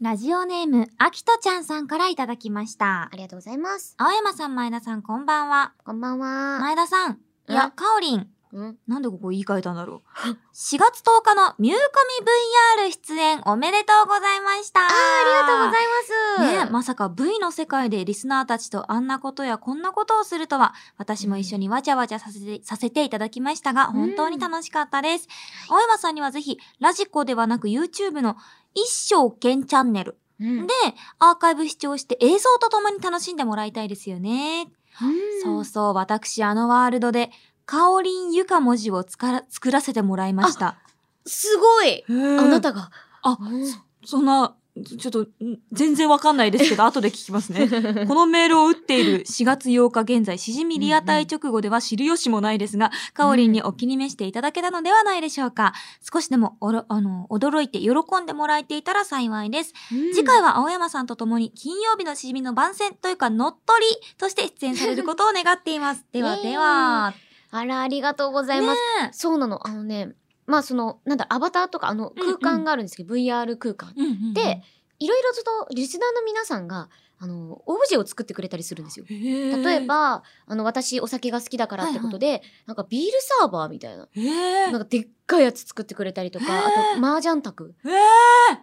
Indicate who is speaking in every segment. Speaker 1: ラジオネーム、あきとちゃんさんからいただきました
Speaker 2: あ。りがとうございます。
Speaker 1: 青山さん、前田さん、こんばんは。
Speaker 2: こんばんは。
Speaker 1: 前田さん。い
Speaker 2: ん
Speaker 1: や、かおりん。
Speaker 2: うん。
Speaker 1: なんでここ言い換えたんだろう。4月10日のミューコミ VR 出演おめでとうございました。あ
Speaker 2: ありがとうござ
Speaker 1: い
Speaker 2: います。
Speaker 1: ね、まさか V の世界でリスナーたちとあんなことやこんなことをするとは、私も一緒にわちゃわちゃさせてさ せていただきましたが、本当に楽しかったです。青山さんにはぜひ、ラジコではなく YouTube の一生剣チャンネル
Speaker 2: うん、
Speaker 1: でアーカイブ視聴して映像とともに楽しんでもらいたいですよね。
Speaker 2: うん
Speaker 1: そうそう、私あのワールドで、かおりんゆか文字をつから作らせてもらいました。
Speaker 2: すごい
Speaker 1: あ
Speaker 2: あなたが。
Speaker 1: あそんな、ちょっと、ん全然わかんないですけ ど、後で聞きますね。このメールを打っている4月8日現在、しじみリアタイ直後では知る由もないですが、かおりんにお気に召していただけたのではないでしょうか。少しでもおろ、あの、驚いて喜んでもらえていたら幸いです。次回は青山さんと共に金曜日のしじみの番宣というか乗っ取りとして出演されることを願ってい ます。では
Speaker 2: えー
Speaker 1: では。
Speaker 2: あら、ありがとうございます。そうなの。あのね、まあその、なんだ、アバターとかあの空間があるんですけど、VR 空間。
Speaker 1: ねえうんうんうん
Speaker 2: で、いろいろずっとリスナーの皆さんが、あの、オブジェを作ってくれたりするんですよ。例
Speaker 1: 例
Speaker 2: え、ば、あの、私お酒が好きだからってことで、なんかビールサーバーみたいな、
Speaker 1: えー
Speaker 2: なんかでっかいやつ作ってくれたりとか、あ
Speaker 1: え
Speaker 2: と、麻雀卓。
Speaker 1: えー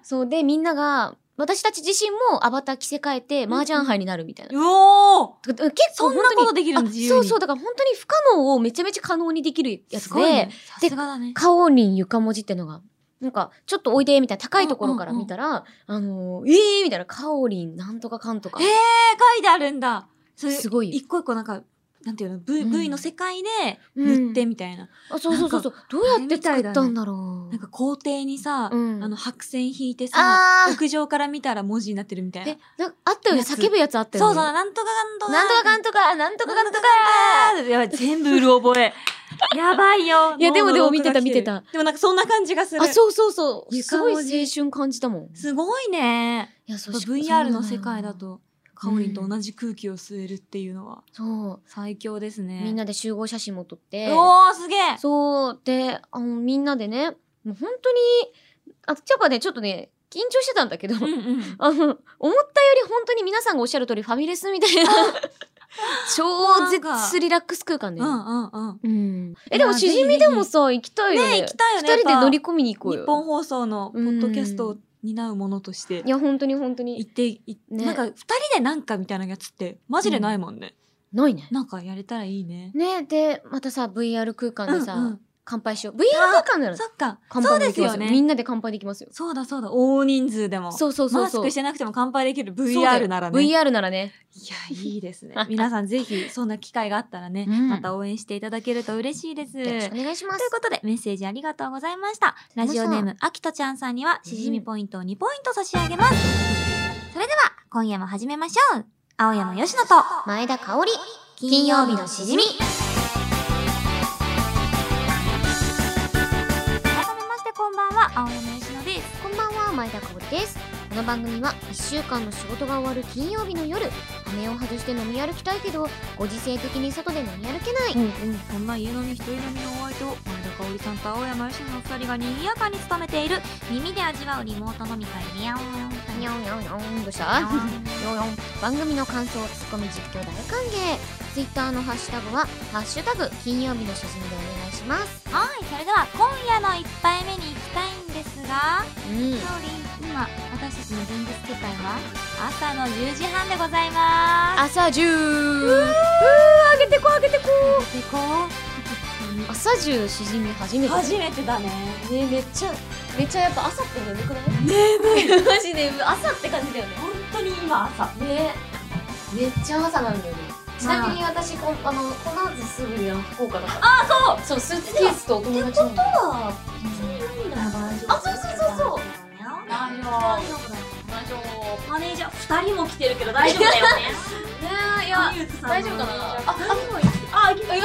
Speaker 2: そうで、みんなが、私たち自身もアバター着せ替えて、麻雀杯になるみたいな。
Speaker 1: うお
Speaker 2: てか結
Speaker 1: そ
Speaker 2: 構
Speaker 1: ん
Speaker 2: 本
Speaker 1: な
Speaker 2: 当に
Speaker 1: ことできるの
Speaker 2: あ
Speaker 1: 自由に
Speaker 2: そうそうだから本当に不可能をめちゃめちゃ可能にできる
Speaker 1: ー
Speaker 2: やつ
Speaker 1: すごい
Speaker 2: で
Speaker 1: ねさすがだね。
Speaker 2: カオリン床文字ってのがなんかちょっとおいでみたいな高いところから見たら、あのー、えーみたいなカオリンなんとかかんとか
Speaker 1: えー、書いてあるんだ。それ
Speaker 2: すごい
Speaker 1: 一個一個なんか、なんていうの、V,
Speaker 2: うん
Speaker 1: v の世界で塗ってみたいな。
Speaker 2: あそうそうそうそうどうやって作ったんだろう
Speaker 1: なんか校庭にさ、
Speaker 2: うん
Speaker 1: あの白線引いてさ、
Speaker 2: あー
Speaker 1: 屋上から見たら文字になってるみたいな
Speaker 2: え。なんかあったよね
Speaker 1: やつ
Speaker 2: 叫ぶやつあった
Speaker 1: そ
Speaker 2: よ
Speaker 1: うそう、
Speaker 2: ね
Speaker 1: なんとかなんとか。
Speaker 2: なんとかかんとかなんとかかんとか
Speaker 1: なんとかやばい全部うる覚 え。やばいよ。
Speaker 2: いやでも
Speaker 1: 脳の
Speaker 2: でも
Speaker 1: 老化
Speaker 2: 見てた
Speaker 1: が来る
Speaker 2: 見てた。
Speaker 1: でもなんかそんな感じがする。
Speaker 2: あそうそうそうす
Speaker 1: 床
Speaker 2: ごい
Speaker 1: 文
Speaker 2: 青
Speaker 1: 字
Speaker 2: 春感じたもん
Speaker 1: すごいね。
Speaker 2: いやそうしそうな
Speaker 1: VR
Speaker 2: よ
Speaker 1: の世界だと、カオリンと同じ空気を吸えるっていうのは
Speaker 2: そう
Speaker 1: 最強ですね。
Speaker 2: みんなで集合写真も撮って
Speaker 1: おー、すげえ
Speaker 2: そう。で、あの、みんなでね、もう本当に、あ、ちゃぱね、ちょっとね、緊張してたんだけど、
Speaker 1: うんうん。
Speaker 2: あの、思ったより本当に皆さんがおっしゃる通り、ファミレスみたいな、 超
Speaker 1: なん
Speaker 2: 絶
Speaker 1: か
Speaker 2: リラックス空間で、
Speaker 1: う
Speaker 2: ね。
Speaker 1: んうんうん。
Speaker 2: うんえ、
Speaker 1: いや
Speaker 2: でも、しじみでもさ、行きたい
Speaker 1: ね
Speaker 2: よね。
Speaker 1: え行きたいよね。
Speaker 2: 二人で乗り
Speaker 1: やっ
Speaker 2: 込みに行
Speaker 1: ぱ
Speaker 2: こうよ。
Speaker 1: 日本放送のポッドキャストを担うものとして
Speaker 2: い、や、本当に本当
Speaker 1: 行
Speaker 2: に。
Speaker 1: って、い
Speaker 2: ね
Speaker 1: なんか二人でなんかみたいなやつって、マジでないもんね。
Speaker 2: ないね。
Speaker 1: なんかやれたらいいね。
Speaker 2: ねで、またさ、VR 空間でさ、
Speaker 1: うん
Speaker 2: 乾杯しよう。VR 空間な
Speaker 1: うん、
Speaker 2: ら
Speaker 1: そっか。
Speaker 2: 乾
Speaker 1: そう
Speaker 2: 杯
Speaker 1: で
Speaker 2: でき
Speaker 1: す
Speaker 2: ます
Speaker 1: よ
Speaker 2: よ。み
Speaker 1: ね。
Speaker 2: んなで乾杯できますよ。
Speaker 1: そうだそうだ。大人数でも。
Speaker 2: そうそうそうそう。
Speaker 1: マスクしてなくても乾杯できる
Speaker 2: そうだ
Speaker 1: VR
Speaker 2: よ
Speaker 1: ならね。
Speaker 2: VR ならね。
Speaker 1: いや、いいです ね。皆さんぜひ、そんな機会があったらね、
Speaker 2: うん
Speaker 1: また応援していただけると嬉しいです。
Speaker 2: よろしくお願いしま
Speaker 1: という
Speaker 2: す。
Speaker 1: ことで、メッセージありがとうございました。ラジオネーム、あきとちゃんさんには、しじみポイントを2ポイント差し上げます。それでは、今夜も始めましょう。青山よしのと、
Speaker 2: 前田香織
Speaker 1: 金曜日のしじみ。改めまして、こんばんは、青山よしのです。
Speaker 2: こんばんは前田香織ですこの番組は1週間の仕事が終わる金曜日の夜羽を外して飲み歩きたいけどご時世的に外で飲み歩けない
Speaker 1: うんうん、そんな家飲み一人飲みのお相手を前田香織さんと青山よしのの二人が賑やかに務めている耳で味わうリモート飲み会にゃおん
Speaker 2: に
Speaker 1: にゃ
Speaker 2: ょんにょんにょんどうした
Speaker 1: に
Speaker 2: に
Speaker 1: ょん
Speaker 2: ょんにょん番組の感想ツッコミ実況大歓迎ツイッターのハッシュタグは「ハッシュタグ金曜日のしじみ」でお願いします
Speaker 1: はいそれでは今夜の一杯目に行きたいんですが
Speaker 2: うん
Speaker 1: 香織今私たちの現実世界は朝の10時半でございます
Speaker 2: 朝10
Speaker 1: あげてこあげてこあげてこ
Speaker 2: 朝10しじみ初めて
Speaker 1: 初めてだね
Speaker 2: ねめっちゃめっちゃやっぱ朝って眠くない
Speaker 1: 眠い
Speaker 2: マジで朝って感じだよね
Speaker 1: 本当に今朝
Speaker 2: ねめっちゃ朝なんだよねち
Speaker 1: まあ
Speaker 2: なみに私こんあのこの後すぐには福岡だからあそうそうスーツケースとお友達なんだ
Speaker 1: は普通に飲んだら大丈夫
Speaker 2: あそうそうそうそう
Speaker 1: 大
Speaker 2: 大
Speaker 1: 丈
Speaker 2: 丈
Speaker 1: 夫
Speaker 2: 夫
Speaker 1: だよマネージャー2人も来てるけど大丈夫だよ ね
Speaker 2: ねえいや大丈夫かなあああ あいや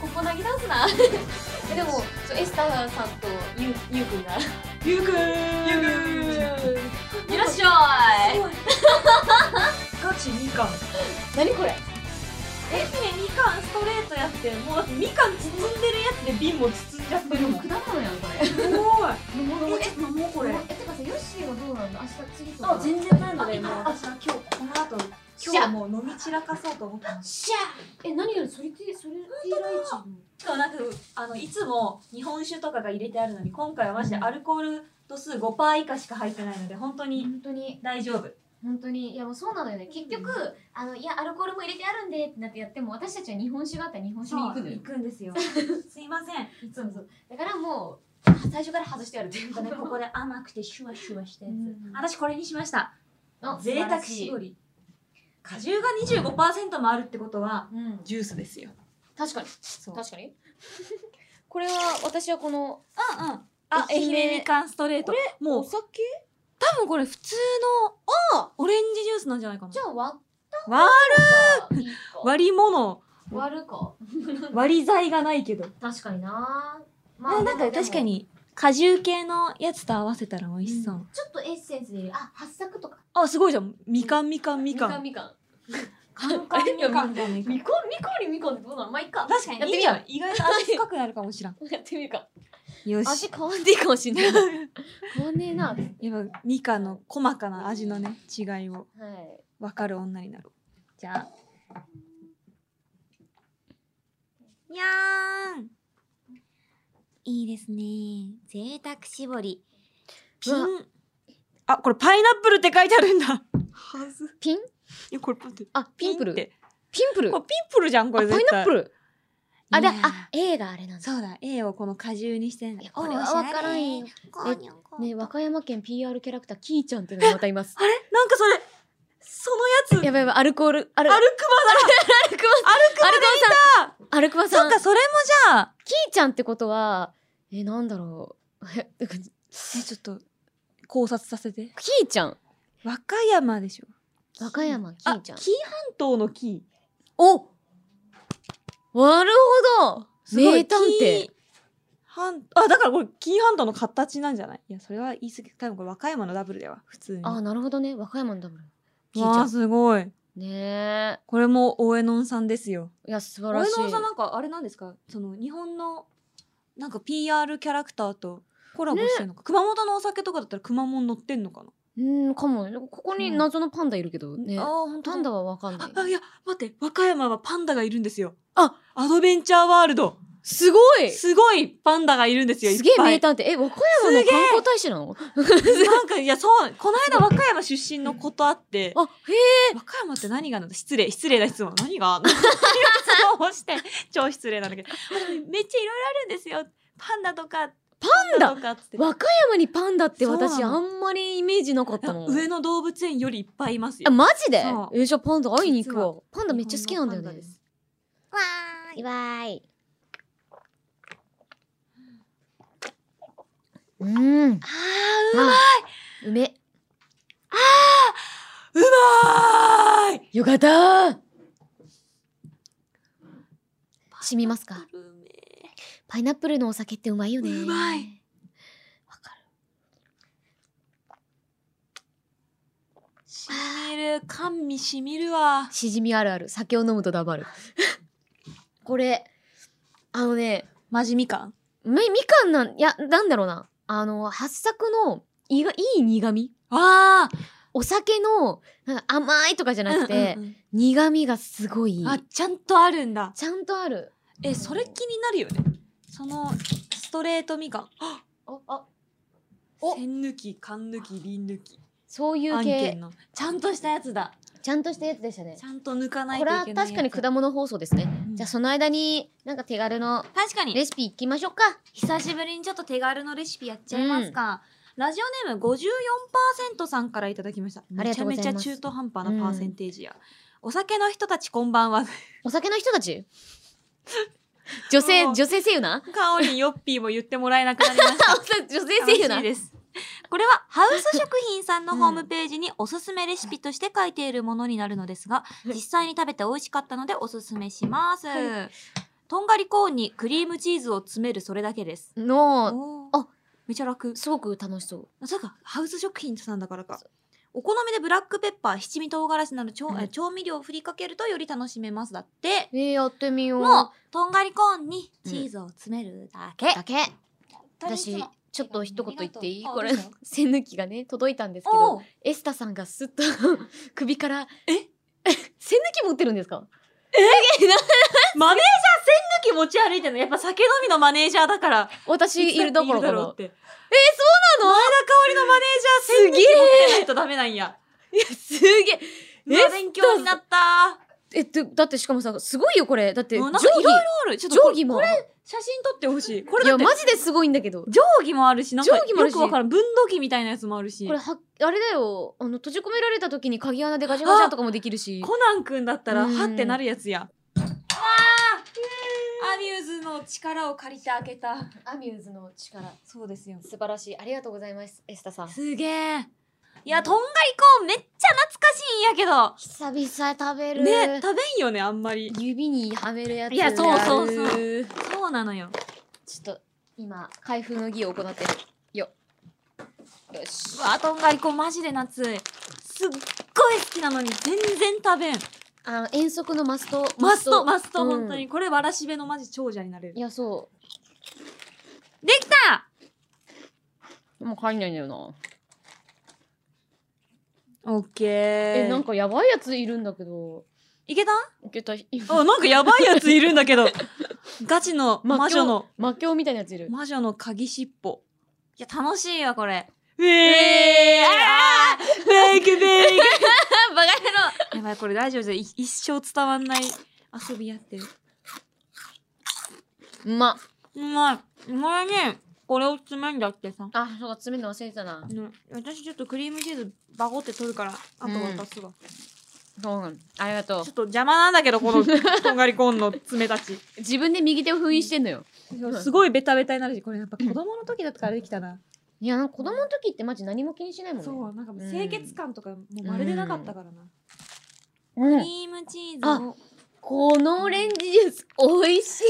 Speaker 2: ここなぎダンスな でもそうエスターさんとゆうゆうくんが
Speaker 1: ゆうくん
Speaker 2: ゆ
Speaker 1: いらっしゃ
Speaker 2: す
Speaker 1: い
Speaker 2: ごい
Speaker 1: ガチみかん
Speaker 2: 何これ
Speaker 1: 愛媛みかんストレートやってもうだってみかん包んでるやつで瓶も包んじゃってるもん
Speaker 2: 果物やんこれ
Speaker 1: すごい
Speaker 2: 桃
Speaker 1: え、もうこれ
Speaker 2: えてかそうなんだ明日次と
Speaker 1: あ
Speaker 2: か
Speaker 1: 全然ないのでもう
Speaker 2: あああ
Speaker 1: 私は今日この後
Speaker 2: しゃ
Speaker 1: 今日もう飲み散らかそうと思ってます
Speaker 2: シャーえ何よりそれってそれティーライチの
Speaker 1: しかもなんかあのいつも日本酒とかが入れてあるのに今回はマジでアルコール度数5%以下しか入ってないので本当に
Speaker 2: 本当に
Speaker 1: 大丈夫
Speaker 2: 本当にいやもうそうなのよね結局、あのいやアルコールも入れてあるんでってなってやっても私たちは日本酒があったら日本酒に行くのよ
Speaker 1: 行くんですよ すいませんいつ
Speaker 2: そう
Speaker 1: も
Speaker 2: そうだからもう最初から外してあるっていうか
Speaker 1: なん
Speaker 2: ね
Speaker 1: かねここで甘くてシュワシュワしたやつ、
Speaker 2: うん
Speaker 1: 私これにしました
Speaker 2: あ
Speaker 1: 贅沢絞り果汁が25%もあるってことは
Speaker 2: うん
Speaker 1: ジュースですよ
Speaker 2: 確かに
Speaker 1: そう
Speaker 2: 確かにこれは私はこの
Speaker 1: うんうんあ愛
Speaker 2: 愛媛
Speaker 1: 媛みかんストレートもう
Speaker 2: 酒
Speaker 1: 多分これ普通のオレンジジュースなんじゃないかな
Speaker 2: じゃあ割
Speaker 1: わ
Speaker 2: るかいいか
Speaker 1: 割り 物
Speaker 2: 割るか
Speaker 1: 割り剤がないけど
Speaker 2: 確かにな
Speaker 1: ねなんか確かに果汁系のやつと合わせたら美味しそう、
Speaker 2: うんちょっとエッセンスで入れるあ八作とか
Speaker 1: あすごいじゃんみかんみかんみかん
Speaker 2: みかん
Speaker 1: カン
Speaker 2: かんみか
Speaker 1: んじゃない
Speaker 2: みかんみかんにみかんってどうなのまあいっか
Speaker 1: 確かに
Speaker 2: やって
Speaker 1: いい
Speaker 2: み
Speaker 1: じ
Speaker 2: よ
Speaker 1: ゃん意外と味深くなるかもし らん
Speaker 2: うやってみるか
Speaker 1: よ
Speaker 2: 味
Speaker 1: し
Speaker 2: 変わんねえかもしんない 変わんねえなは
Speaker 1: やっぱみかんの細かな味のね違いを
Speaker 2: い
Speaker 1: 分かる女になろうじゃあにゃーんいいですね贅沢絞りピン
Speaker 2: うわ
Speaker 1: あこれパイナップルって書いてあるんだはず
Speaker 2: ピン
Speaker 1: いやこれパって
Speaker 2: あピンプル
Speaker 1: っ
Speaker 2: ピ
Speaker 1: て
Speaker 2: ンプル
Speaker 1: こ
Speaker 2: あ
Speaker 1: れピンプルじゃんこ
Speaker 2: パ
Speaker 1: れ
Speaker 2: イ
Speaker 1: 絶対
Speaker 2: ナップルあ
Speaker 1: い
Speaker 2: だ
Speaker 1: やー
Speaker 2: あ A があれなんだ
Speaker 1: そうだ A をこの果汁にしてんだ
Speaker 2: いやこれは分からんよ
Speaker 1: おしゃれこうにょこう
Speaker 2: ねえ和歌山県 PR キャラクターキーちゃんっていうのがま たいます
Speaker 1: あれなんかそれそのやつ
Speaker 2: やばいやばいアルコールア ル
Speaker 1: 歩く
Speaker 2: アルク
Speaker 1: ま歩
Speaker 2: マ
Speaker 1: くまで
Speaker 2: さんアルクマ
Speaker 1: そ
Speaker 2: さ
Speaker 1: っ
Speaker 2: ん
Speaker 1: かそれもじゃあ
Speaker 2: キーちゃんってことはえなんだろう えなんかキ
Speaker 1: えちょっと考察させて
Speaker 2: ーちゃん
Speaker 1: 和歌山でしょ
Speaker 2: 和歌山キーちゃん
Speaker 1: 紀伊半島の紀伊
Speaker 2: おなるほど
Speaker 1: すごい
Speaker 2: 名探
Speaker 1: 紀
Speaker 2: 偵
Speaker 1: 伊半あだからこれ紀伊半島の形なんじゃないいやそれは言い過ぎ多分これ和歌山のダブルでは普通に
Speaker 2: あなるほどね和歌山のダブルキーち
Speaker 1: わ
Speaker 2: ゃ
Speaker 1: あ
Speaker 2: ん
Speaker 1: すごい
Speaker 2: ねえ
Speaker 1: これも大江のんさんですよ
Speaker 2: いや素晴
Speaker 1: 大
Speaker 2: ら
Speaker 1: 江
Speaker 2: しい
Speaker 1: のんさんなんかあれなんですかその日本のなんか PR キャラクターとコラボしてるのか、熊本のお酒とかだったら熊本乗ってんのかな、
Speaker 2: うんかもここに謎のパンダいるけどね
Speaker 1: ああ本当
Speaker 2: パンダはわかんない
Speaker 1: ああいや待って和歌山はパンダがいるんですよ
Speaker 2: あ
Speaker 1: アドベンチャーワールド
Speaker 2: すごいす
Speaker 1: すごいパンダがいるんですよいっ
Speaker 2: げえ
Speaker 1: ぱ
Speaker 2: 名
Speaker 1: い
Speaker 2: 探偵え和歌
Speaker 1: す
Speaker 2: 山の
Speaker 1: げえ
Speaker 2: 観光大使なの
Speaker 1: なんかいやそうこの間和歌山出身の子と会って
Speaker 2: あへえ
Speaker 1: 和歌山って何がなんだ失礼失礼な質問何が何が質問をして超失礼なんだけどあでもめっちゃいろいろあるんですよパンダとかパ
Speaker 2: ンダ
Speaker 1: とかっつって
Speaker 2: 和歌山にパンダって
Speaker 1: そう
Speaker 2: 私
Speaker 1: なの
Speaker 2: あんまりイメージなかったの
Speaker 1: 上野動物園よりいっぱいいますよ
Speaker 2: あマジで
Speaker 1: そ
Speaker 2: えじゃあパンダ会いに行くわパン
Speaker 1: パ
Speaker 2: ダめっちゃ好きなんだよね
Speaker 1: わ
Speaker 2: わーいわーいうん
Speaker 1: あーうま
Speaker 2: あうめ
Speaker 1: うまーい
Speaker 2: よかった染みますかパイナップルのお酒ってうまいよね
Speaker 1: うまい
Speaker 2: わか
Speaker 1: しみる甘味しみるわ
Speaker 2: るしじみあるある酒を飲むと黙 るこれあのね
Speaker 1: マジみかん
Speaker 2: みみかんなんいやなんだろうなあの八作のいがいい苦味
Speaker 1: あー
Speaker 2: お酒のなんか甘いとかじゃなくて、
Speaker 1: うんうん
Speaker 2: 苦味がすごい
Speaker 1: うんあちゃんとあるんだ
Speaker 2: ちゃんとある
Speaker 1: えそれ気になるよねそのストレートみかん
Speaker 2: ああお
Speaker 1: 栓抜き缶抜き瓶抜き
Speaker 2: そういう
Speaker 1: 案
Speaker 2: 系
Speaker 1: 件のちゃんとしたやつだ
Speaker 2: ちゃんとしたやつでしたね
Speaker 1: ちゃんと抜かないと
Speaker 2: こ
Speaker 1: いけ
Speaker 2: れ
Speaker 1: な
Speaker 2: は
Speaker 1: や
Speaker 2: い
Speaker 1: つ
Speaker 2: 確かに果物放送ですね、
Speaker 1: うん
Speaker 2: じゃあその間になんか手軽の
Speaker 1: 確かに
Speaker 2: レシピいきましょうか
Speaker 1: 久しぶりにちょっと手軽のレシピやっちゃいますか、ラジオネーム54%さんからいただきました
Speaker 2: あり
Speaker 1: め
Speaker 2: が
Speaker 1: ち
Speaker 2: と
Speaker 1: ゃ
Speaker 2: うござ
Speaker 1: め
Speaker 2: いま
Speaker 1: ち
Speaker 2: す
Speaker 1: ゃ中途半端なパーセンテージや、お酒の人たちこんばんは
Speaker 2: お酒の人 たち女性
Speaker 1: もう
Speaker 2: 女性声優な
Speaker 1: カオリンヨッピーも言ってもらえなくなりました
Speaker 2: あ女性声優な
Speaker 1: 楽しいです。これはハウス食品さんのホームページにおすすめレシピとして書いているものになるのですが、実際に食べて美味しかったのでおすすめします。
Speaker 2: は
Speaker 1: とんがりコーンにクリームチーズを詰めるそれだけです。
Speaker 2: の
Speaker 1: お
Speaker 2: ー
Speaker 1: あ、めちゃ楽。
Speaker 2: すごく楽しそう
Speaker 1: そうか、ハウス食品さんだからか。お好みでブラックペッパー、七味唐辛子など調,、
Speaker 2: うん
Speaker 1: 調味料を振りかけるとより楽しめますだって。
Speaker 2: えー、やってみよう
Speaker 1: もう、とんがりコーンにチーズを詰めるだけ。
Speaker 2: だけ
Speaker 1: 本当にいつ
Speaker 2: 私
Speaker 1: も
Speaker 2: ちょっと一言言っていい
Speaker 1: あ
Speaker 2: これ
Speaker 1: どうした、
Speaker 2: 栓抜きがね、届いたんですけ
Speaker 1: お
Speaker 2: ど、
Speaker 1: う
Speaker 2: エスタさんがスッと 首から、
Speaker 1: え
Speaker 2: 栓抜き持ってるんですか
Speaker 1: マネージャー栓抜き持ち歩いてるのやっぱ酒飲みのマネージャーだから
Speaker 2: 私いるどころか
Speaker 1: いつだ
Speaker 2: な
Speaker 1: っているだろうって
Speaker 2: そうなの
Speaker 1: 香りのマネージャー栓抜き
Speaker 2: すげえ
Speaker 1: 持ってないとダメなんや
Speaker 2: いやすげえ
Speaker 1: うわ勉強になった
Speaker 2: えっと、だってしかもさ、すごいよこれ。だって、定
Speaker 1: もう
Speaker 2: 規
Speaker 1: なんかいろいろあるちょっとこれ
Speaker 2: 定規も。
Speaker 1: これ
Speaker 2: い
Speaker 1: 写真撮ってほしいこれだ
Speaker 2: や、
Speaker 1: って
Speaker 2: マジですごいんだけど。
Speaker 1: 定規もあるしなんか
Speaker 2: 定規もある
Speaker 1: よ
Speaker 2: し
Speaker 1: くわからん分度器みたいなやつもあるし
Speaker 2: これは、あれだよ。あの、閉じ込められた時に鍵穴でガチャガチャとかもできるし。
Speaker 1: コナンくんだったら
Speaker 2: うん
Speaker 1: はってなるやつやわあアミューズの力を借りて開けた
Speaker 2: アミューズの力。
Speaker 1: そうですよ
Speaker 2: 素晴らしい。ありがとうございます、エスタさん。
Speaker 1: すげえいや、とんがりこめっちゃ懐かしいんやけど。
Speaker 2: 久々食べる。
Speaker 1: ね、食べんよね、あんまり。
Speaker 2: 指にはめるやつ
Speaker 1: いやそうそうそう
Speaker 2: やる
Speaker 1: そうなのよ。
Speaker 2: ちょっと今開封の儀を行ってよよし
Speaker 1: うわ、とんがりこマジで懐い。すっごい好きなのに全然食べん。
Speaker 2: あの遠足のマスト
Speaker 1: マスト、マスト、
Speaker 2: うん
Speaker 1: 本当に。これ、わらしべのマジ長者になれる
Speaker 2: い。やそ
Speaker 1: できた
Speaker 2: うもう入んないんだよな
Speaker 1: オッケ
Speaker 2: えなん
Speaker 1: ー。
Speaker 2: かやばいやついるんだけど
Speaker 1: いけた
Speaker 2: いけた今
Speaker 1: あ、なんかやばいやついるんだけど。ガチの魔女の、
Speaker 2: 魔境みたいなやついる
Speaker 1: 魔女の鍵しっぽ。いや、楽しいわ、これ。ウェー
Speaker 2: えー
Speaker 1: あーベイクベイク
Speaker 2: バカ野
Speaker 1: やばい、これラジオじゃい一生伝わんない遊びやってる。
Speaker 2: 郎うま
Speaker 1: うまい。これね、これを詰めんだってさ。
Speaker 2: あそうか詰めるの忘れてたな
Speaker 1: うん私ちょっとクリームチーズバゴって取るから、あと渡すわ。
Speaker 2: そうなのありがと
Speaker 1: ちょっと邪魔なんだけど、こ のとんがりコーンの爪立ち。
Speaker 2: う自分で右手を封印してんのよ
Speaker 1: すごいベタベタになるし、これやっぱ子供の時だったからできたな。
Speaker 2: いやなんか子供の時ってマジ何も気にしないもんね
Speaker 1: そう、なんかもううん清潔感とかもうまるでなかったからな。
Speaker 2: う
Speaker 1: ク
Speaker 2: ん、
Speaker 1: リームチーズを
Speaker 2: このオレンジジュース美味しい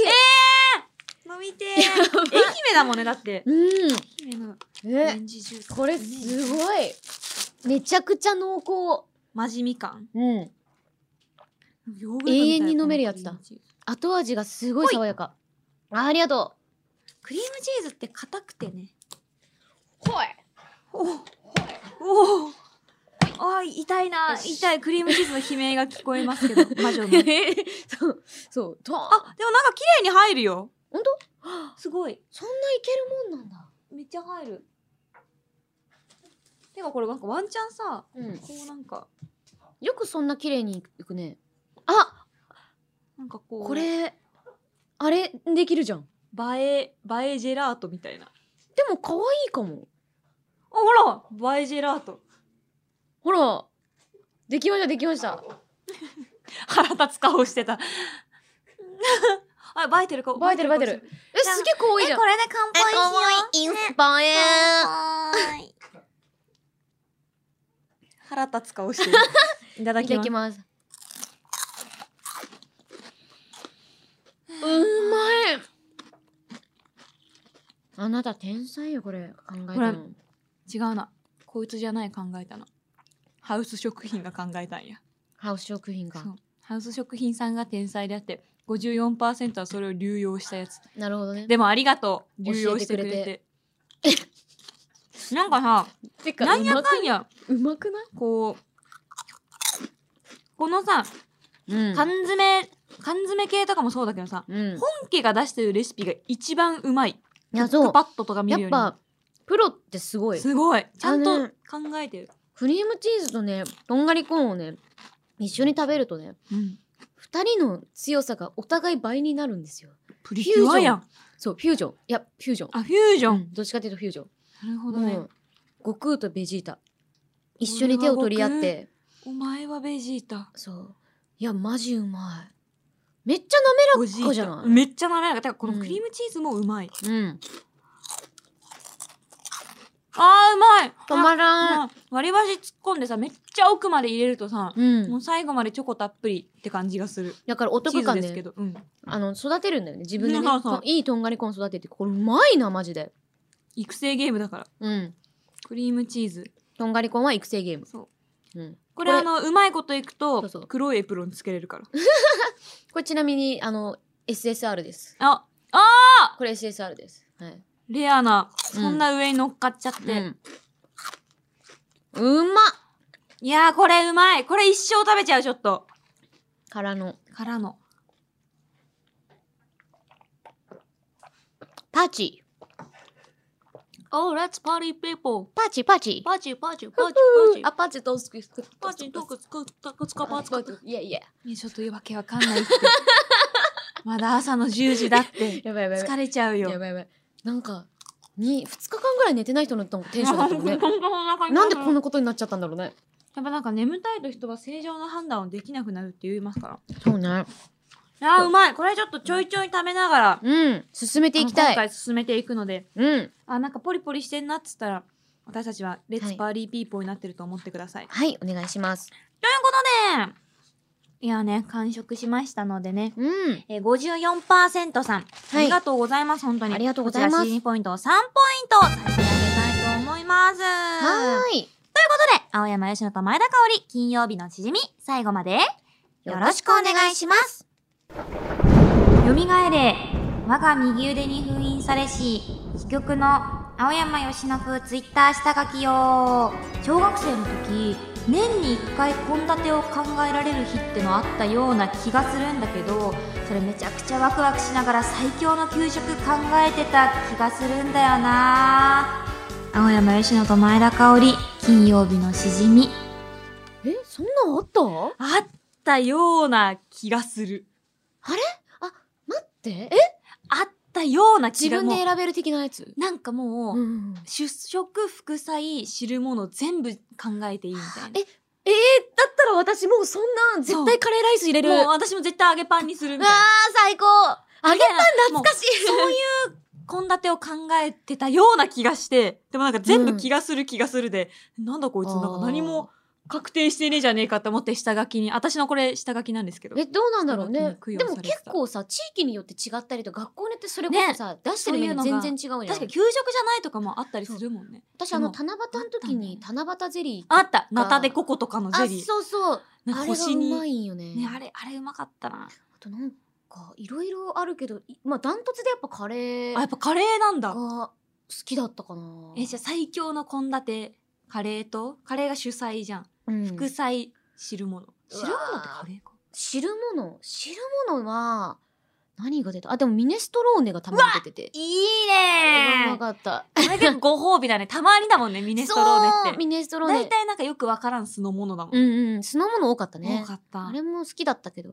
Speaker 1: 飲み てー。愛媛だもんね、だって。
Speaker 2: う
Speaker 1: 愛媛の
Speaker 2: ん
Speaker 1: オ
Speaker 2: ね
Speaker 1: レンジジュース。
Speaker 2: これすごいめちゃくちゃ濃厚
Speaker 1: マジみかん。
Speaker 2: うん
Speaker 1: ヨーグルトみたいな
Speaker 2: 永遠に飲めるやつだ
Speaker 1: このクリームチーズ
Speaker 2: 後味がすごい爽やかあありがと
Speaker 1: クリームチーズって硬くてね。
Speaker 2: うほい
Speaker 1: おおおあー痛いな
Speaker 2: よし
Speaker 1: 痛いクリームチーズの悲鳴が聞こえますけど 魔女のあでもなんか
Speaker 2: そうそうとあ
Speaker 1: 綺麗に入るよ
Speaker 2: ほんと
Speaker 1: すごい
Speaker 2: そんないけるもんなんだ
Speaker 1: めっちゃ入るてかこれなんかワンチャンさ
Speaker 2: うん
Speaker 1: こうなんか
Speaker 2: よくそんな綺麗にいくねあ
Speaker 1: なんかこう
Speaker 2: これあれできるじゃん
Speaker 1: 映え映えジェラートみたいなあ
Speaker 2: でも可愛いかも
Speaker 1: ほら映えジェラート
Speaker 2: ほらできましたできました
Speaker 1: 腹立つ顔してた あ映えてる顔
Speaker 2: 映えてる映えてるえすげえ可愛いじゃん
Speaker 1: れで乾
Speaker 2: えインスパイ
Speaker 1: 腹立つ顔 してるいただ
Speaker 2: い
Speaker 1: き
Speaker 2: ただ
Speaker 1: ます
Speaker 2: きます。うまい。あなた天才よこれ考えた
Speaker 1: これ
Speaker 2: の。
Speaker 1: 違うなこいつじゃない考えたのハウス食品が考えたんや
Speaker 2: ハウス食品が
Speaker 1: そ。うハウス食品さんが天才であって54%はそれを流用したやつ
Speaker 2: なるほどね。
Speaker 1: でもありがとう
Speaker 2: 教えて
Speaker 1: 流用してくれ
Speaker 2: くれ
Speaker 1: てなんかさ
Speaker 2: てか
Speaker 1: なんや
Speaker 2: うま
Speaker 1: かんや
Speaker 2: うまくな
Speaker 1: こうこのさ
Speaker 2: い？うん
Speaker 1: 缶詰缶詰系とかもそうだけどさ
Speaker 2: うん。
Speaker 1: 本家が出してるレシピが一番うまい
Speaker 2: いやそ
Speaker 1: クッ
Speaker 2: う
Speaker 1: ク。パッドとか見
Speaker 2: や
Speaker 1: る
Speaker 2: っ
Speaker 1: よりも
Speaker 2: ぱプロってすごい。
Speaker 1: すごいちゃん
Speaker 2: あ
Speaker 1: と
Speaker 2: の
Speaker 1: 考えてる、
Speaker 2: クリームチーズとねとんがりコーンをね一緒に食べるとね二人の強さがお互い倍になるんですよ。
Speaker 1: プリキュアやん
Speaker 2: そうフュージョンいやフュージョン。
Speaker 1: あフュージョン、
Speaker 2: うんどっちかというとフュージョン。
Speaker 1: なるほど
Speaker 2: もう
Speaker 1: ね、
Speaker 2: 悟空とベジータ一緒に手を取り合って
Speaker 1: お前はベジータ
Speaker 2: そういやマジうまいめっちゃ
Speaker 1: ゴ
Speaker 2: 滑
Speaker 1: ジ
Speaker 2: らかじゃ
Speaker 1: ータ
Speaker 2: ない
Speaker 1: めっちゃ滑らかだからこ
Speaker 2: う
Speaker 1: の
Speaker 2: ん
Speaker 1: クリームチーズもうまい、
Speaker 2: うん
Speaker 1: あーうまい
Speaker 2: 止まら
Speaker 1: あ
Speaker 2: ん
Speaker 1: うん割り箸突っ込んでさめっちゃ奥まで入れるとさ、
Speaker 2: うん、
Speaker 1: もう最後までチョコたっぷりって感じがする
Speaker 2: だからお
Speaker 1: チ
Speaker 2: 得
Speaker 1: ーズ
Speaker 2: 感
Speaker 1: で
Speaker 2: です
Speaker 1: けど、うん、
Speaker 2: あの育てるんだよね自分で
Speaker 1: うん
Speaker 2: ね
Speaker 1: そうそう
Speaker 2: といいとんがりコーン育ててこれうまいなマジで
Speaker 1: 育成ゲームだから
Speaker 2: うん
Speaker 1: クリームチーズ
Speaker 2: とんがりコーンは育成ゲーム、
Speaker 1: そう
Speaker 2: ん、
Speaker 1: これ
Speaker 2: これ
Speaker 1: あのうまいこといくと
Speaker 2: そうそう
Speaker 1: 黒いエプロンつけれるから
Speaker 2: これちなみにあの SSR です
Speaker 1: あ
Speaker 2: これ SSR ですはい
Speaker 1: レアな、そんな上に乗っかっちゃって。
Speaker 2: うん、うまっ
Speaker 1: いやー、これうまい。これ一生食べちゃう、ちょっと。
Speaker 2: からの
Speaker 1: からの。
Speaker 2: パチ
Speaker 1: Oh, let's party people.
Speaker 2: パチパチ
Speaker 1: パーチーパーチーパーチーパーチー。
Speaker 2: パチどうすくすく
Speaker 1: パーチーどこつくたくつかパーツか。
Speaker 2: いやいや
Speaker 1: ねちょっと言い訳わかんないって。 まだ朝の10時だ って。
Speaker 2: やばいやばいやば
Speaker 1: 疲れちゃう
Speaker 2: い
Speaker 1: よ
Speaker 2: や。ばいやばいなんかに二日間ぐらい寝てない人の多分テンションだったも んね な
Speaker 1: なん
Speaker 2: でこん
Speaker 1: やっ
Speaker 2: なことになっちゃったんだろうね
Speaker 1: ぱなんか眠たいと人は正常な判断をできなくなるって言いますから。
Speaker 2: そうね
Speaker 1: あーうまいこれちょっとちょいちょい食べながら、
Speaker 2: うん進めていき
Speaker 1: あ
Speaker 2: た
Speaker 1: の今
Speaker 2: い
Speaker 1: 回進めていくので、
Speaker 2: うん
Speaker 1: あ、なんかポリポリしてんなっつったら、私たちはレッ
Speaker 2: は
Speaker 1: ツ
Speaker 2: い
Speaker 1: パーリーピーポーになってると思ってください。
Speaker 2: はいお願いします
Speaker 1: ということで、いやね、完食しましたのでね、
Speaker 2: うん
Speaker 1: えー、54%さん、ありがとうございます、本当に。
Speaker 2: ありがとうございます
Speaker 1: こちら CD ポイントを3ポイント差し上げたいと思います。と
Speaker 2: は
Speaker 1: いうこ
Speaker 2: ーい
Speaker 1: とで、青山吉野と前田香織、金曜日のしじみ、最後まで、よろしくお願いします。蘇れ、我が右腕に封印されし、飛曲の青山吉野風ツイッター下書きよ。小学生の時、年に1回献立を考えられる日ってのあったような気がするんだけど、それめちゃくちゃワクワクしながら最強の給食考えてた気がするんだよな。青山吉野と前田香織、金曜日のしじみ。
Speaker 2: えそんなんあった
Speaker 1: あったような気がする。
Speaker 2: 待ってえ
Speaker 1: あったような気
Speaker 2: 自
Speaker 1: が
Speaker 2: 分で
Speaker 1: もう
Speaker 2: 選べる的なやつ
Speaker 1: なんかもう、
Speaker 2: うん
Speaker 1: 主食副菜汁物全部考えていいみたいな
Speaker 2: ええー、だったら私もうそんな絶対カレーライス入れる
Speaker 1: もう私も絶対揚げパンにする
Speaker 2: う
Speaker 1: み
Speaker 2: わー
Speaker 1: たいな
Speaker 2: 最高あげた懐か
Speaker 1: い
Speaker 2: し
Speaker 1: そういう献立を考えてたような気がしてでもなんか全部気がする気がするで、なんだこいつなんか何も確定してねえじゃねえかと思って下書きに私のこれ下書きなんですけど
Speaker 2: いえどうなんだろうね
Speaker 1: 人の気に供養
Speaker 2: でも
Speaker 1: されてた
Speaker 2: 結構さ地域によって違ったりと学校によってそれこそさ、出してるメニュ
Speaker 1: そういうの
Speaker 2: ー
Speaker 1: が
Speaker 2: 全然違うやん
Speaker 1: 確かに給食じゃないとかもあったりするもんね
Speaker 2: 私あの
Speaker 1: で
Speaker 2: 七夕の時に七夕ゼリー
Speaker 1: あったナタデココとかのゼリー
Speaker 2: あそうそう
Speaker 1: なんか
Speaker 2: あれが
Speaker 1: 星
Speaker 2: う
Speaker 1: に
Speaker 2: まいんよね
Speaker 1: ねあれあれうまかったな
Speaker 2: あとなんかいろいろあるけどいまあダントツでやっぱカレ
Speaker 1: あやっ
Speaker 2: ー
Speaker 1: ぱカレーなん
Speaker 2: が
Speaker 1: だ
Speaker 2: 好きだったかな
Speaker 1: えじゃあ最強の献立カレーとカレーが主菜じゃん、
Speaker 2: うん
Speaker 1: 副菜汁物
Speaker 2: うわー
Speaker 1: 汁物ってカレーか
Speaker 2: 汁物汁物は何が出たあでもミネストローネがたまに出てて
Speaker 1: いい
Speaker 2: あれがうま
Speaker 1: ね
Speaker 2: かった
Speaker 1: これ結構ご褒美だねたまにだもんねミネストローネ
Speaker 2: そう
Speaker 1: って
Speaker 2: ミネストロー
Speaker 1: 大
Speaker 2: ネ
Speaker 1: 体なんかよくわからん酢の物だもん、
Speaker 2: うんうん酢の物多かったね
Speaker 1: 多かった
Speaker 2: あれも好きだったけど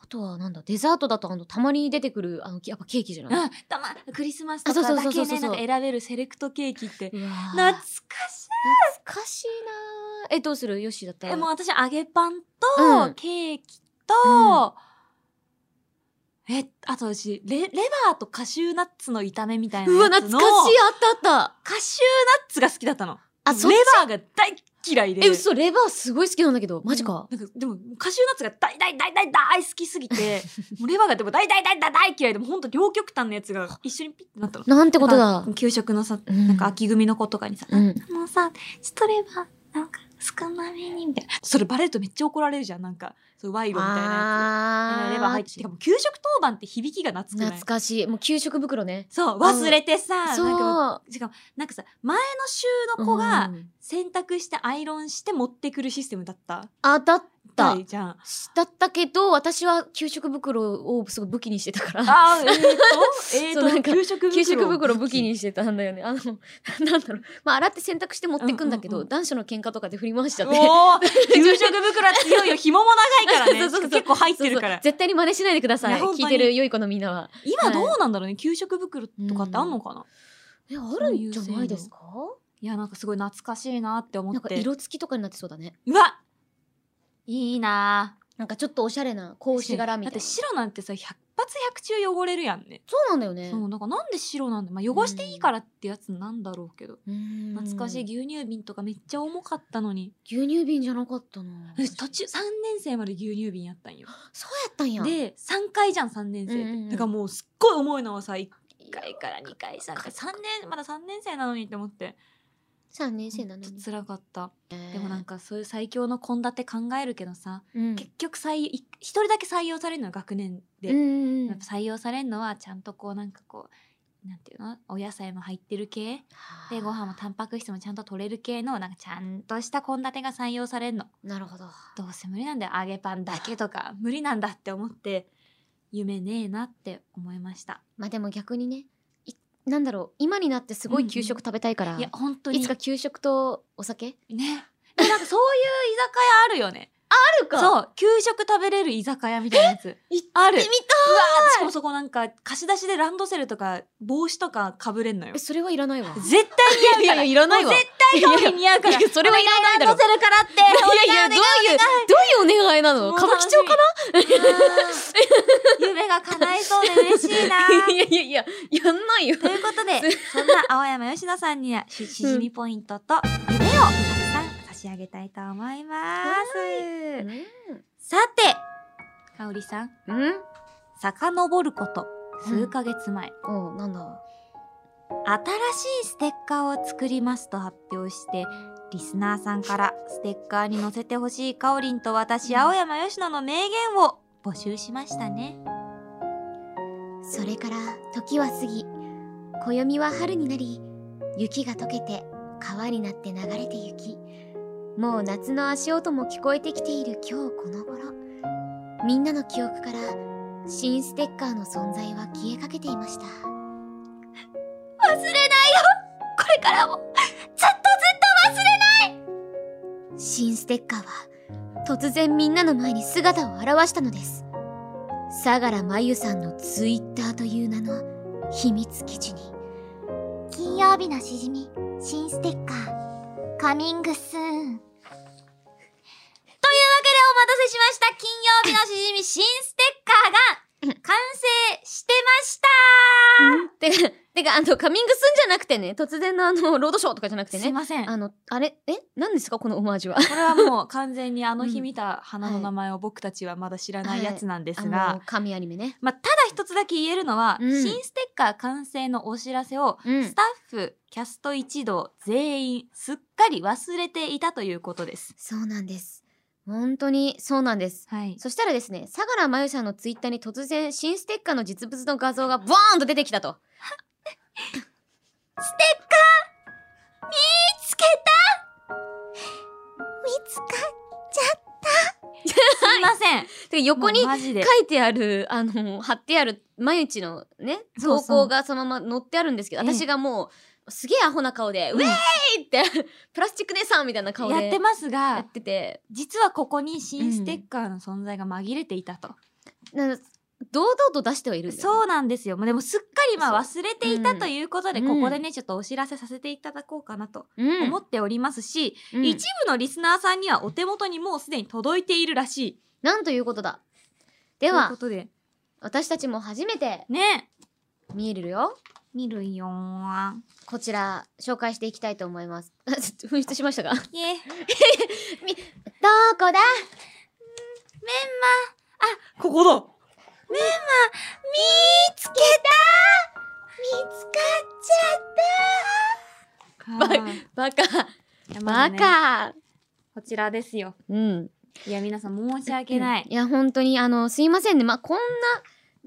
Speaker 2: あとはなんだデザートだとあのたまに出てくるあのやっぱケーキじゃ
Speaker 1: う
Speaker 2: ない、
Speaker 1: んたまクリスマスとか
Speaker 2: あそうそ
Speaker 1: だ
Speaker 2: うそう
Speaker 1: け
Speaker 2: そう
Speaker 1: ねなんか選べるセレクトケーキって
Speaker 2: うわー
Speaker 1: 懐か
Speaker 2: 懐
Speaker 1: しい
Speaker 2: かしいなーえどうするよしだったら
Speaker 1: えもう私揚げパン
Speaker 2: う
Speaker 1: と
Speaker 2: ん
Speaker 1: ケーキと、えあと私レレバーとカシューナッツの炒めみたいな
Speaker 2: うわ
Speaker 1: やつの
Speaker 2: 懐かしいあったあっ
Speaker 1: カシューナッツが好きだったの
Speaker 2: たあ
Speaker 1: レ
Speaker 2: そっち
Speaker 1: バーが大嫌いで
Speaker 2: え嘘レバーすごい好きなんだけどマジか、
Speaker 1: なんかでもカシューナッツが大大大大大好きすぎ てもうレバーがでも大大大大大嫌いでもうほんと両極端のやつが一緒にピッてなったの。
Speaker 2: なんてこと
Speaker 1: な
Speaker 2: だ
Speaker 1: んか給食のさ
Speaker 2: うん
Speaker 1: なんか秋組の子とかにさ、
Speaker 2: うん
Speaker 1: もうさ、ちょっとレバー、なんか、少なめに、みたいな。それバレるとめっちゃ怒られるじゃん、なんか、そう賄賂みたいなやつ。
Speaker 2: あ
Speaker 1: うん
Speaker 2: ー
Speaker 1: レバー入って。てかもう給食当番って響きが懐くない
Speaker 2: 懐かしいもう給食袋ね
Speaker 1: そう、忘れてさ、
Speaker 2: そう
Speaker 1: なんか、しかも、なんかさ、前の週の子
Speaker 2: う
Speaker 1: が
Speaker 2: ん
Speaker 1: 洗濯してアイロンして持ってくるシステムだった。
Speaker 2: あだった
Speaker 1: じゃん。
Speaker 2: だったけど私は給食袋をすごい武器にしてたから
Speaker 1: あ ー、えーと、え
Speaker 2: そうな
Speaker 1: ー
Speaker 2: ん
Speaker 1: と、
Speaker 2: か
Speaker 1: 給 食袋。
Speaker 2: 給食袋武器。にしてたんだよね。あの、なんだろう。まあ、洗って洗濯して持ってくんだけど、
Speaker 1: うんうんうん
Speaker 2: 男子の喧嘩とかで振り回しち
Speaker 1: お
Speaker 2: ゃ
Speaker 1: ー
Speaker 2: って。
Speaker 1: 給食袋は強いよ。紐も長いから ね。
Speaker 2: そうそうそう
Speaker 1: 結構入ってるか
Speaker 2: そうそう
Speaker 1: ら。
Speaker 2: 絶対に真似しないでくだ
Speaker 1: い
Speaker 2: さい。
Speaker 1: や本当に
Speaker 2: 聞いてる良い子のみんなは。
Speaker 1: 今どうなんだろうね。給食袋とかってあんのかな
Speaker 2: え、あ
Speaker 1: る
Speaker 2: る
Speaker 1: ん
Speaker 2: ん
Speaker 1: じ
Speaker 2: じ
Speaker 1: ゃ
Speaker 2: ゃ
Speaker 1: な
Speaker 2: ないい
Speaker 1: で
Speaker 2: ですす
Speaker 1: か
Speaker 2: か
Speaker 1: いや、なんかすごい懐かしいなって思
Speaker 2: なん
Speaker 1: っ
Speaker 2: か
Speaker 1: て。
Speaker 2: 色付きとかになってそうだね。
Speaker 1: うわいいなぁ。
Speaker 2: なんかちょっとおしゃれな、格子柄み
Speaker 1: だっ
Speaker 2: たい
Speaker 1: て
Speaker 2: な。
Speaker 1: 白なんてさ、百発百中汚れるやんね。
Speaker 2: そうなんだよね。
Speaker 1: そう、なんかなんで白なんだまあ汚していいからってやつなんだろうけど。
Speaker 2: うん
Speaker 1: 懐かしい。牛乳瓶とかめっちゃ重かったのに。
Speaker 2: 牛乳瓶じゃなかったな。
Speaker 1: え途中、3年生まで牛乳瓶やったんよ。
Speaker 2: そうやったんや。
Speaker 1: で、3回じゃん、3年生って。
Speaker 2: うんうんうん
Speaker 1: だからもうすっごい重いのはさ、1
Speaker 2: 一
Speaker 1: 回から2回、3回、3年、まだ3年生なのにって思って。
Speaker 2: 3年生なの
Speaker 1: ほんと
Speaker 2: に。
Speaker 1: 辛かった。で
Speaker 2: で
Speaker 1: もなん、かそういう最強の献立考えるけどさ、
Speaker 2: うん。
Speaker 1: 結局採い一人だけ採用されるのは学年で、
Speaker 2: うんうんう
Speaker 1: やっ
Speaker 2: ん
Speaker 1: ぱ採用されるのはちゃんとこうなんかこうなんていうのお野菜も入ってる系で
Speaker 2: で
Speaker 1: ご
Speaker 2: ご
Speaker 1: 飯もタンパク質もちゃんと取れる系のなんかちゃんとした献立が採用されるの
Speaker 2: なるほど
Speaker 1: どうせ無理なんだよ揚げパンだけと か無理なんだって思って夢ねえなって思いました
Speaker 2: まあでも逆にねいなんだろう今になってすごい給食食べたいから、
Speaker 1: いや本当に
Speaker 2: いつか給食とお酒
Speaker 1: ねでなんかそういう居酒屋あるよね
Speaker 2: ある そう
Speaker 1: そう給食食べれる居酒屋みたいなやつ
Speaker 2: 行っ
Speaker 1: ある
Speaker 2: てみ
Speaker 1: うわーしかもそこなんか貸し出しでランドセルとか帽子とかかぶれ んのよ
Speaker 2: えそれはいらないわ
Speaker 1: 絶対似合うから
Speaker 2: いやいやいらないわ
Speaker 1: もう絶対顔に似合うから
Speaker 2: いやいやそれはいらないだろ
Speaker 1: お願ランドセルからって
Speaker 2: いやいやどういうどういうお願いなの歌舞伎町か
Speaker 1: な 夢が叶いそうで嬉しいな
Speaker 2: ないやいやいややんないよ
Speaker 1: ということで、そんな青山吉野さんに はししじみポイントと夢をたくさん差し上げたいと思います。さて、かおりさん、
Speaker 2: うん
Speaker 1: 遡ること数ヶ月前、
Speaker 2: おうなんだ
Speaker 1: 新しいステッカーを作りますと発表して、リスナーさんからステッカーに載せてほしいかおりんと私、青山吉野の名言を募集しましたね。
Speaker 2: それから時は過ぎ暦は春になり雪が溶けて川になって流れてゆきもう夏の足音も聞こえてきている今日この頃みんなの記憶から新ステッカーの存在は消えかけていました
Speaker 1: 忘れないよこれからも、ずっとずっと忘れ
Speaker 2: 新ステッカーは突然みんなの前に姿を現したのです相良真由さんのツイッターという名の秘密基地に金曜日のしじみ新ステッカーカミングス
Speaker 1: と
Speaker 2: ーン
Speaker 1: いうわけでお待たせしました金曜日のしじみ新ステッカー が完成してました
Speaker 2: てか、てか、あの、カミングスンじゃなくてね、突然のあの、ロードショーとかじゃなくてね。
Speaker 1: ません
Speaker 2: あの、あれ、え何ですかこのオマージュは。
Speaker 1: これはもう完全にあの
Speaker 2: う
Speaker 1: 日
Speaker 2: ん
Speaker 1: 見た花の名前を僕たちはまだ知らないやつなんです
Speaker 2: あ
Speaker 1: が、
Speaker 2: の、神アニメね。
Speaker 1: まあ、ただ一つだけ言えるのは、
Speaker 2: うん
Speaker 1: 新ステッカー完成のお知らせを
Speaker 2: う
Speaker 1: ス。タッフ、キャスト一同全員すっかり忘れていたということです。
Speaker 2: そうなんです。本当に、そうなんです。
Speaker 1: はい、
Speaker 2: そしたらですね、相良真由さんのツイッターに突然、新ステッカーの実物の画像がボーンと出てきたと。
Speaker 1: ステッカー見つけた見つかっちゃったすいません
Speaker 2: てか横に
Speaker 1: もうマジで
Speaker 2: 書いてある、あの、貼ってある、真由ちのね、
Speaker 1: そう
Speaker 2: 投
Speaker 1: そう
Speaker 2: 稿がそのまま載ってあるんですけど、
Speaker 1: ええ
Speaker 2: 私がもう、すげえアホな顔で、
Speaker 1: う
Speaker 2: ウ
Speaker 1: ん
Speaker 2: ェーイって、 プラスチック姉さんみたいな顔で。
Speaker 1: やってます
Speaker 2: や
Speaker 1: が
Speaker 2: ってて、
Speaker 1: 実はここに新ステッカーの存在が紛れていたと、
Speaker 2: な堂々と出してはいるんだよね
Speaker 1: そうなんですよまあでもすっかりまあ忘れていたということで、
Speaker 2: うん
Speaker 1: ここでねちょっとお知らせさせていただこうかなと
Speaker 2: うん
Speaker 1: 思っておりますし、
Speaker 2: うん
Speaker 1: 一部のリスナーさんにはお手元にもうすでに届いているらしい
Speaker 2: なんということだ
Speaker 1: と
Speaker 2: で
Speaker 1: いう
Speaker 2: は
Speaker 1: ことで
Speaker 2: 私たちも初めて
Speaker 1: ね
Speaker 2: 見えるよ
Speaker 1: 見るよーん
Speaker 2: こちら紹介していきたいと思います 紛失しましたがど
Speaker 1: いえ
Speaker 2: こだ
Speaker 1: ここだ
Speaker 2: 見つけた見つかバカバカ、
Speaker 1: ま
Speaker 2: バ
Speaker 1: ずね
Speaker 2: カ
Speaker 1: こちらですよ
Speaker 2: うん
Speaker 1: いや皆さん申し訳ない、
Speaker 2: いや本当にあのすいませんねまあこん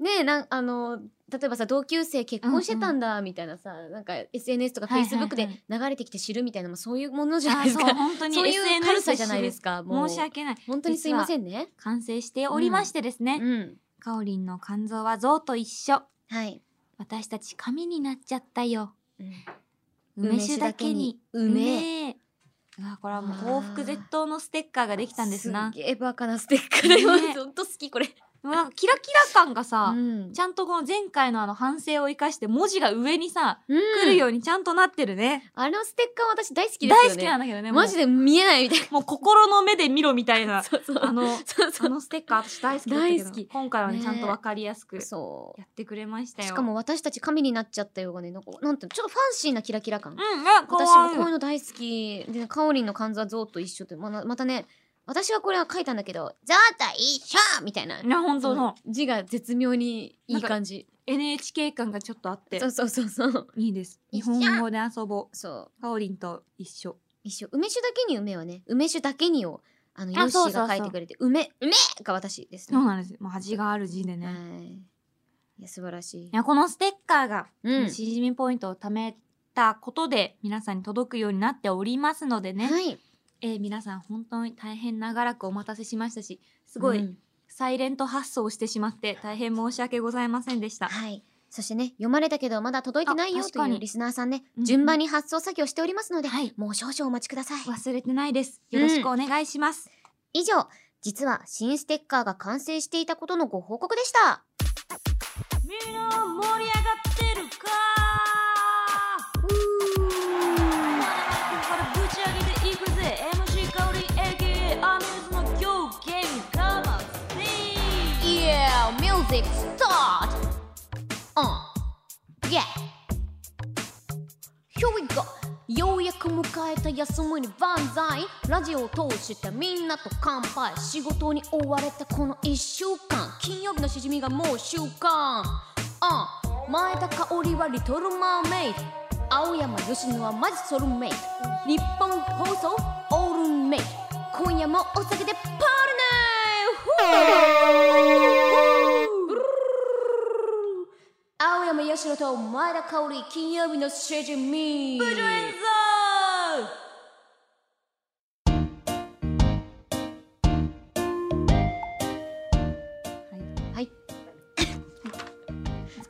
Speaker 2: なねなんあの例えばさ同級生結婚してたんだみたいなさ、なんか SNS とか
Speaker 1: はいはいはい
Speaker 2: Facebook で流れてきて知るみたいな、まあそういうものじゃな
Speaker 1: あ
Speaker 2: いです
Speaker 1: そう
Speaker 2: か
Speaker 1: 本当に
Speaker 2: そういう軽
Speaker 1: SNS
Speaker 2: さじゃないですか。もう
Speaker 1: 申し訳ない
Speaker 2: 本当にすいませんね。
Speaker 1: 完成しておりましてですね、
Speaker 2: うん。
Speaker 1: かおりんの肝臓は象と一緒
Speaker 2: はい。
Speaker 1: 私たち神になっちゃったよ
Speaker 2: うん
Speaker 1: 梅酒だけに
Speaker 2: 梅
Speaker 1: 梅うわこれはもう報復絶倒のステッカーができたんですな
Speaker 2: すっげえバカなステッカーだよ。
Speaker 1: ね
Speaker 2: ほんと好きこれ。
Speaker 1: うわキラキラ感がさ、
Speaker 2: ん
Speaker 1: ち。ゃんとこの前回のあの反省を生かして文字が上にさ、
Speaker 2: 来
Speaker 1: 来る。ようにちゃんとなってるね
Speaker 2: あのステッカー私大好きですよね。
Speaker 1: 大好きなんだけどねもう
Speaker 2: マジで見えないみたい
Speaker 1: もう心の目で見ろみたい
Speaker 2: な。
Speaker 1: な
Speaker 2: そうそう。
Speaker 1: あの
Speaker 2: そう
Speaker 1: あ
Speaker 2: そ
Speaker 1: のステッカー私大好きだったけど
Speaker 2: 大好き
Speaker 1: 今回はね
Speaker 2: ね
Speaker 1: ちゃんとわかりやすく
Speaker 2: う。そ
Speaker 1: やってくれまし
Speaker 2: う。
Speaker 1: たよ
Speaker 2: しかも私たち神になっちゃったようがね、なんかなんていうのちょっとファンシーなキラキラ
Speaker 1: う
Speaker 2: 感。
Speaker 1: んあか
Speaker 2: 私
Speaker 1: わ
Speaker 2: も
Speaker 1: いい
Speaker 2: こういうの大好きでかおりんの肝臓は象と一緒ってまなまたね私はこれは書いたんだけど「象と一緒!」みたいない
Speaker 1: や本当の
Speaker 2: 字が絶妙にいい感じ
Speaker 1: NHK 感がちょっとあって
Speaker 2: そうそうそうそう
Speaker 1: いいです。日
Speaker 2: 一緒
Speaker 1: 本語で遊ぼ
Speaker 2: そう
Speaker 1: う。かおりんと一緒。
Speaker 2: 一緒梅酒だけに梅はね梅酒だけにをあのヨ
Speaker 1: あ
Speaker 2: ッシ
Speaker 1: そうそうそ
Speaker 2: ー
Speaker 1: う
Speaker 2: が書いてくれて梅梅が私です
Speaker 1: そ
Speaker 2: ね
Speaker 1: うなんです。もう味がある字でね。
Speaker 2: はいいいや素晴らしい
Speaker 1: い。やこのステッカーが、
Speaker 2: うん
Speaker 1: しじみポイントを貯めたことで皆さんに届くようになっておりますのでね、
Speaker 2: はい。
Speaker 1: えー皆さん本当に大変長らくお待たせしましたしすごい、
Speaker 2: うん
Speaker 1: サイレント発送をしてしまって大変申し訳ございませんでした。
Speaker 2: はい。そしてね、読まれたけどまだ届いてない
Speaker 1: あ
Speaker 2: よ
Speaker 1: 確
Speaker 2: と
Speaker 1: か
Speaker 2: いう
Speaker 1: に
Speaker 2: リスナーさんね、
Speaker 1: うんうん
Speaker 2: 順番に発送作業しておりますので、
Speaker 1: はい
Speaker 2: もう少々お待ちください。
Speaker 1: 忘れてないです。よろしくお願いします。
Speaker 2: 以上、実は新ステッカーが完成していたことのご報告でした。
Speaker 1: みんな盛り上がってるか
Speaker 2: うーん
Speaker 1: からぶち上げていくぜ MC 香り AKA アミューズの狂犬カマス
Speaker 2: Yeah, music start! Uh, yeah! Here we go! ようやく迎えた休みに万歳ラジオを通してみんなと乾杯仕事に追われたこの1週間金曜日のしじみがもう週間あ前田香織はリトルマーメイド青山佳乃はマジソルメイト日本放送オールメイト今夜もお酒でパールナイフ青山佳乃と前田香織金曜日のしじみ
Speaker 1: お疲
Speaker 2: はい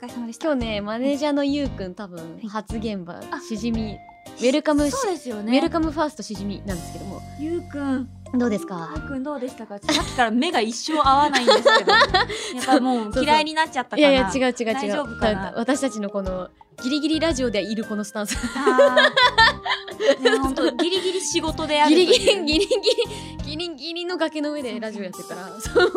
Speaker 1: れ様でした
Speaker 2: 今日ねマネージャーのゆうくん多分初現場
Speaker 1: あ
Speaker 2: しじみウェルカムし
Speaker 1: そうですよ
Speaker 2: ウ
Speaker 1: ね
Speaker 2: ェルカムファーストしじみなんですけども
Speaker 1: ゆうくん
Speaker 2: どうです
Speaker 1: ゆ
Speaker 2: か
Speaker 1: うくんどうでしたかさっきから目が一生合わないんです けどやっぱもう
Speaker 2: そうそう
Speaker 1: 嫌いになっちゃったから
Speaker 2: いやいや違う違う違う
Speaker 1: 大丈夫かな
Speaker 2: ただ私たちのこのギリギリラジオでいるこのスタンス
Speaker 1: あーね本当ギリギリ仕事である
Speaker 2: ギ
Speaker 1: とい
Speaker 2: リ
Speaker 1: う
Speaker 2: ギリギリギリギリギリの崖の上でラジオやってたらそう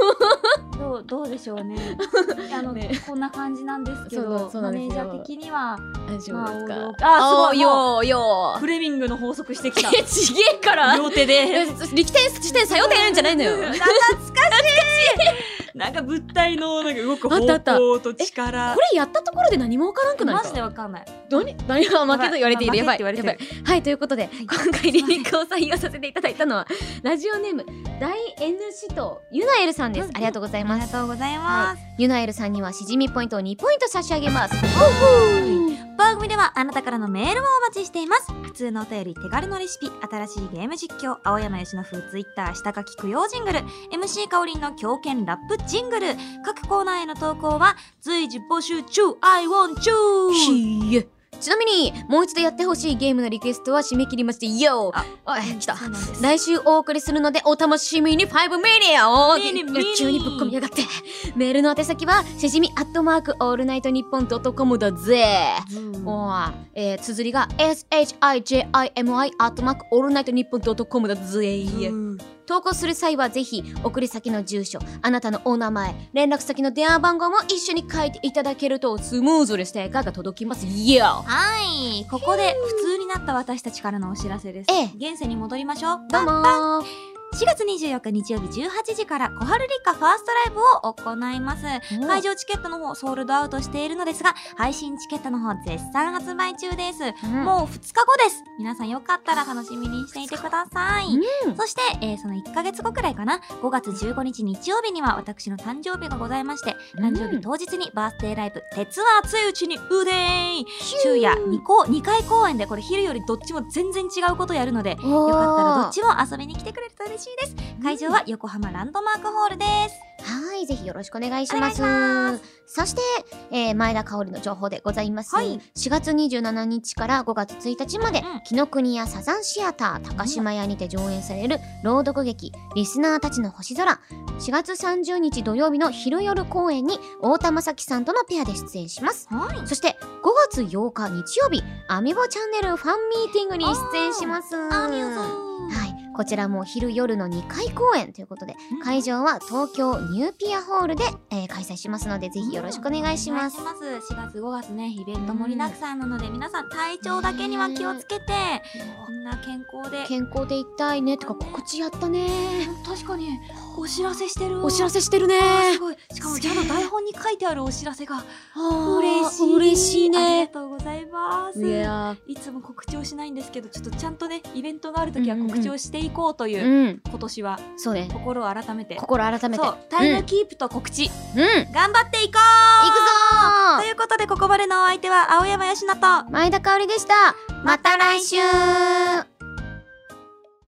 Speaker 1: どうどうでしょうね あの
Speaker 2: ね
Speaker 1: こんな感じなんですけ
Speaker 2: そう
Speaker 1: ど
Speaker 2: そうな
Speaker 1: マ
Speaker 2: ん
Speaker 1: ネ
Speaker 2: で
Speaker 1: ー
Speaker 2: す
Speaker 1: ジ
Speaker 2: よ
Speaker 1: ャー的には
Speaker 2: 大丈夫ですか
Speaker 1: まあおーよーあーすごい
Speaker 2: よーよ
Speaker 1: フレミングの法則してき た
Speaker 2: ーちげえから
Speaker 1: 両手で
Speaker 2: 力点視点作用点じゃないのよ
Speaker 1: 懐かしいなんか物体のなんか動く
Speaker 2: あったあった
Speaker 1: 方向と力
Speaker 2: これやったところで何もわからんくないか
Speaker 1: マジでわかんない
Speaker 2: 何 何が負けと言われているやばい
Speaker 1: 負け
Speaker 2: や
Speaker 1: って言われ
Speaker 2: ばい
Speaker 1: てる
Speaker 2: はいということで今回リリックを採用させていただいたのはラジオネーム大 N シとユナエルさんです
Speaker 1: うん
Speaker 2: ありがとうござい
Speaker 1: あり
Speaker 2: ま
Speaker 1: が
Speaker 2: す
Speaker 1: とうございます、
Speaker 2: ユナエルさんにはしじみポイントを2ポイント差し上げます
Speaker 1: 番組ではあなたからのメールもお待ちしています普通のお便り手軽のレシピ新しいゲーム実況青山由伸風ツイッター下書き供養ジングル MC かおりんの狂犬ラップジングル各コーナーへの投稿は随時募集中 I want you
Speaker 2: ひえちなみにもう一度やってほしいゲームのリクエストは締め切りましてよ
Speaker 1: あ
Speaker 2: あ来た
Speaker 1: そうなんです
Speaker 2: 来週お送りするのでお楽しみに5ミリオ
Speaker 1: ミニミニ
Speaker 2: 中にぶっ込みやがってメールの宛先はしじみアットマークオールナイトニッポンドットコムだぜおーえー、綴りが SHIJIMI アットマークオールナイトニッポンドットコムだぜ投稿する際はぜひ送り先の住所あなたのお名前連絡先の電話番号も一緒に書いていただけるとスムーズにステッカーが届きますイエー
Speaker 1: はいここで普通になった私たちからのお知らせです
Speaker 2: ええ
Speaker 1: 現世に戻りましょう
Speaker 2: どうもー
Speaker 1: 4月24日日曜日18時から小春立花ファーストライブを行います会場チケットの方ソールドアウトしているのですが配信チケットの方絶賛発売中です、
Speaker 2: も
Speaker 1: もう2日後です皆さんよかったら楽しみにしていてください、
Speaker 2: うん
Speaker 1: そして、えーその1ヶ月後くらいかな5月15日日曜日には私の誕生日がございまして
Speaker 2: う
Speaker 1: 誕
Speaker 2: ん
Speaker 1: 生日当日にバースデーライブ「鉄は熱いうちに腕昼夜 2, 公2回公演でこれ昼よりどっちも全然違うことやるので
Speaker 2: う
Speaker 1: よ
Speaker 2: よ
Speaker 1: かったらどっちも遊びに来てくれると嬉しいです会場は横浜ランドマークホールです
Speaker 2: はい、ぜひよろしくお願いします。
Speaker 1: お願いし
Speaker 2: そして、えー前田香織の情報でございます。
Speaker 1: はい
Speaker 2: 4月27日から5月1日まで、
Speaker 1: うん
Speaker 2: 紀ノ国屋サザンシアター高島屋にて上演される朗読劇「リスナーたちの星空」4月30日土曜日の昼夜公演に太田雅樹さんとのペアで出演します。
Speaker 1: はい
Speaker 2: そして5月8日日曜日、アミボチャンネルファンミーティングに出演します。
Speaker 1: あみゆさん
Speaker 2: はい、こちらも昼夜の2回公演ということで、
Speaker 1: うん
Speaker 2: 会場は東京ニューピアホールで、えー開催しますのでぜひよろしくお願いします。
Speaker 1: お願いします4月5月ねイベント盛りだくさんなので、皆さん体調だけには気をつけて、みんな健康で
Speaker 2: 健康でいたいねとか告知やったね
Speaker 1: 確かにお知らせしてるわ
Speaker 2: お知らせしてるね
Speaker 1: あーすごいしかも
Speaker 2: す
Speaker 1: ち
Speaker 2: げ
Speaker 1: ゃ
Speaker 2: え
Speaker 1: んと台本に書いてあるお知らせが
Speaker 2: あ
Speaker 1: 嬉しい
Speaker 2: ー嬉しい
Speaker 1: ありが
Speaker 2: ね
Speaker 1: とうございます
Speaker 2: いや
Speaker 1: いつも告知をしないんですけどちょっとちゃんとねイベントがある時は告知をしていこうという、
Speaker 2: ーうん
Speaker 1: 今年は
Speaker 2: そうね
Speaker 1: 心を改めて
Speaker 2: 心改めて
Speaker 1: そうタイムキープと告知、
Speaker 2: うんうん
Speaker 1: 頑張っていこう
Speaker 2: 行
Speaker 1: と
Speaker 2: くぞ
Speaker 1: いうことでここまでのお相手は青山佳乃と
Speaker 2: ー前田香織でしたまた来週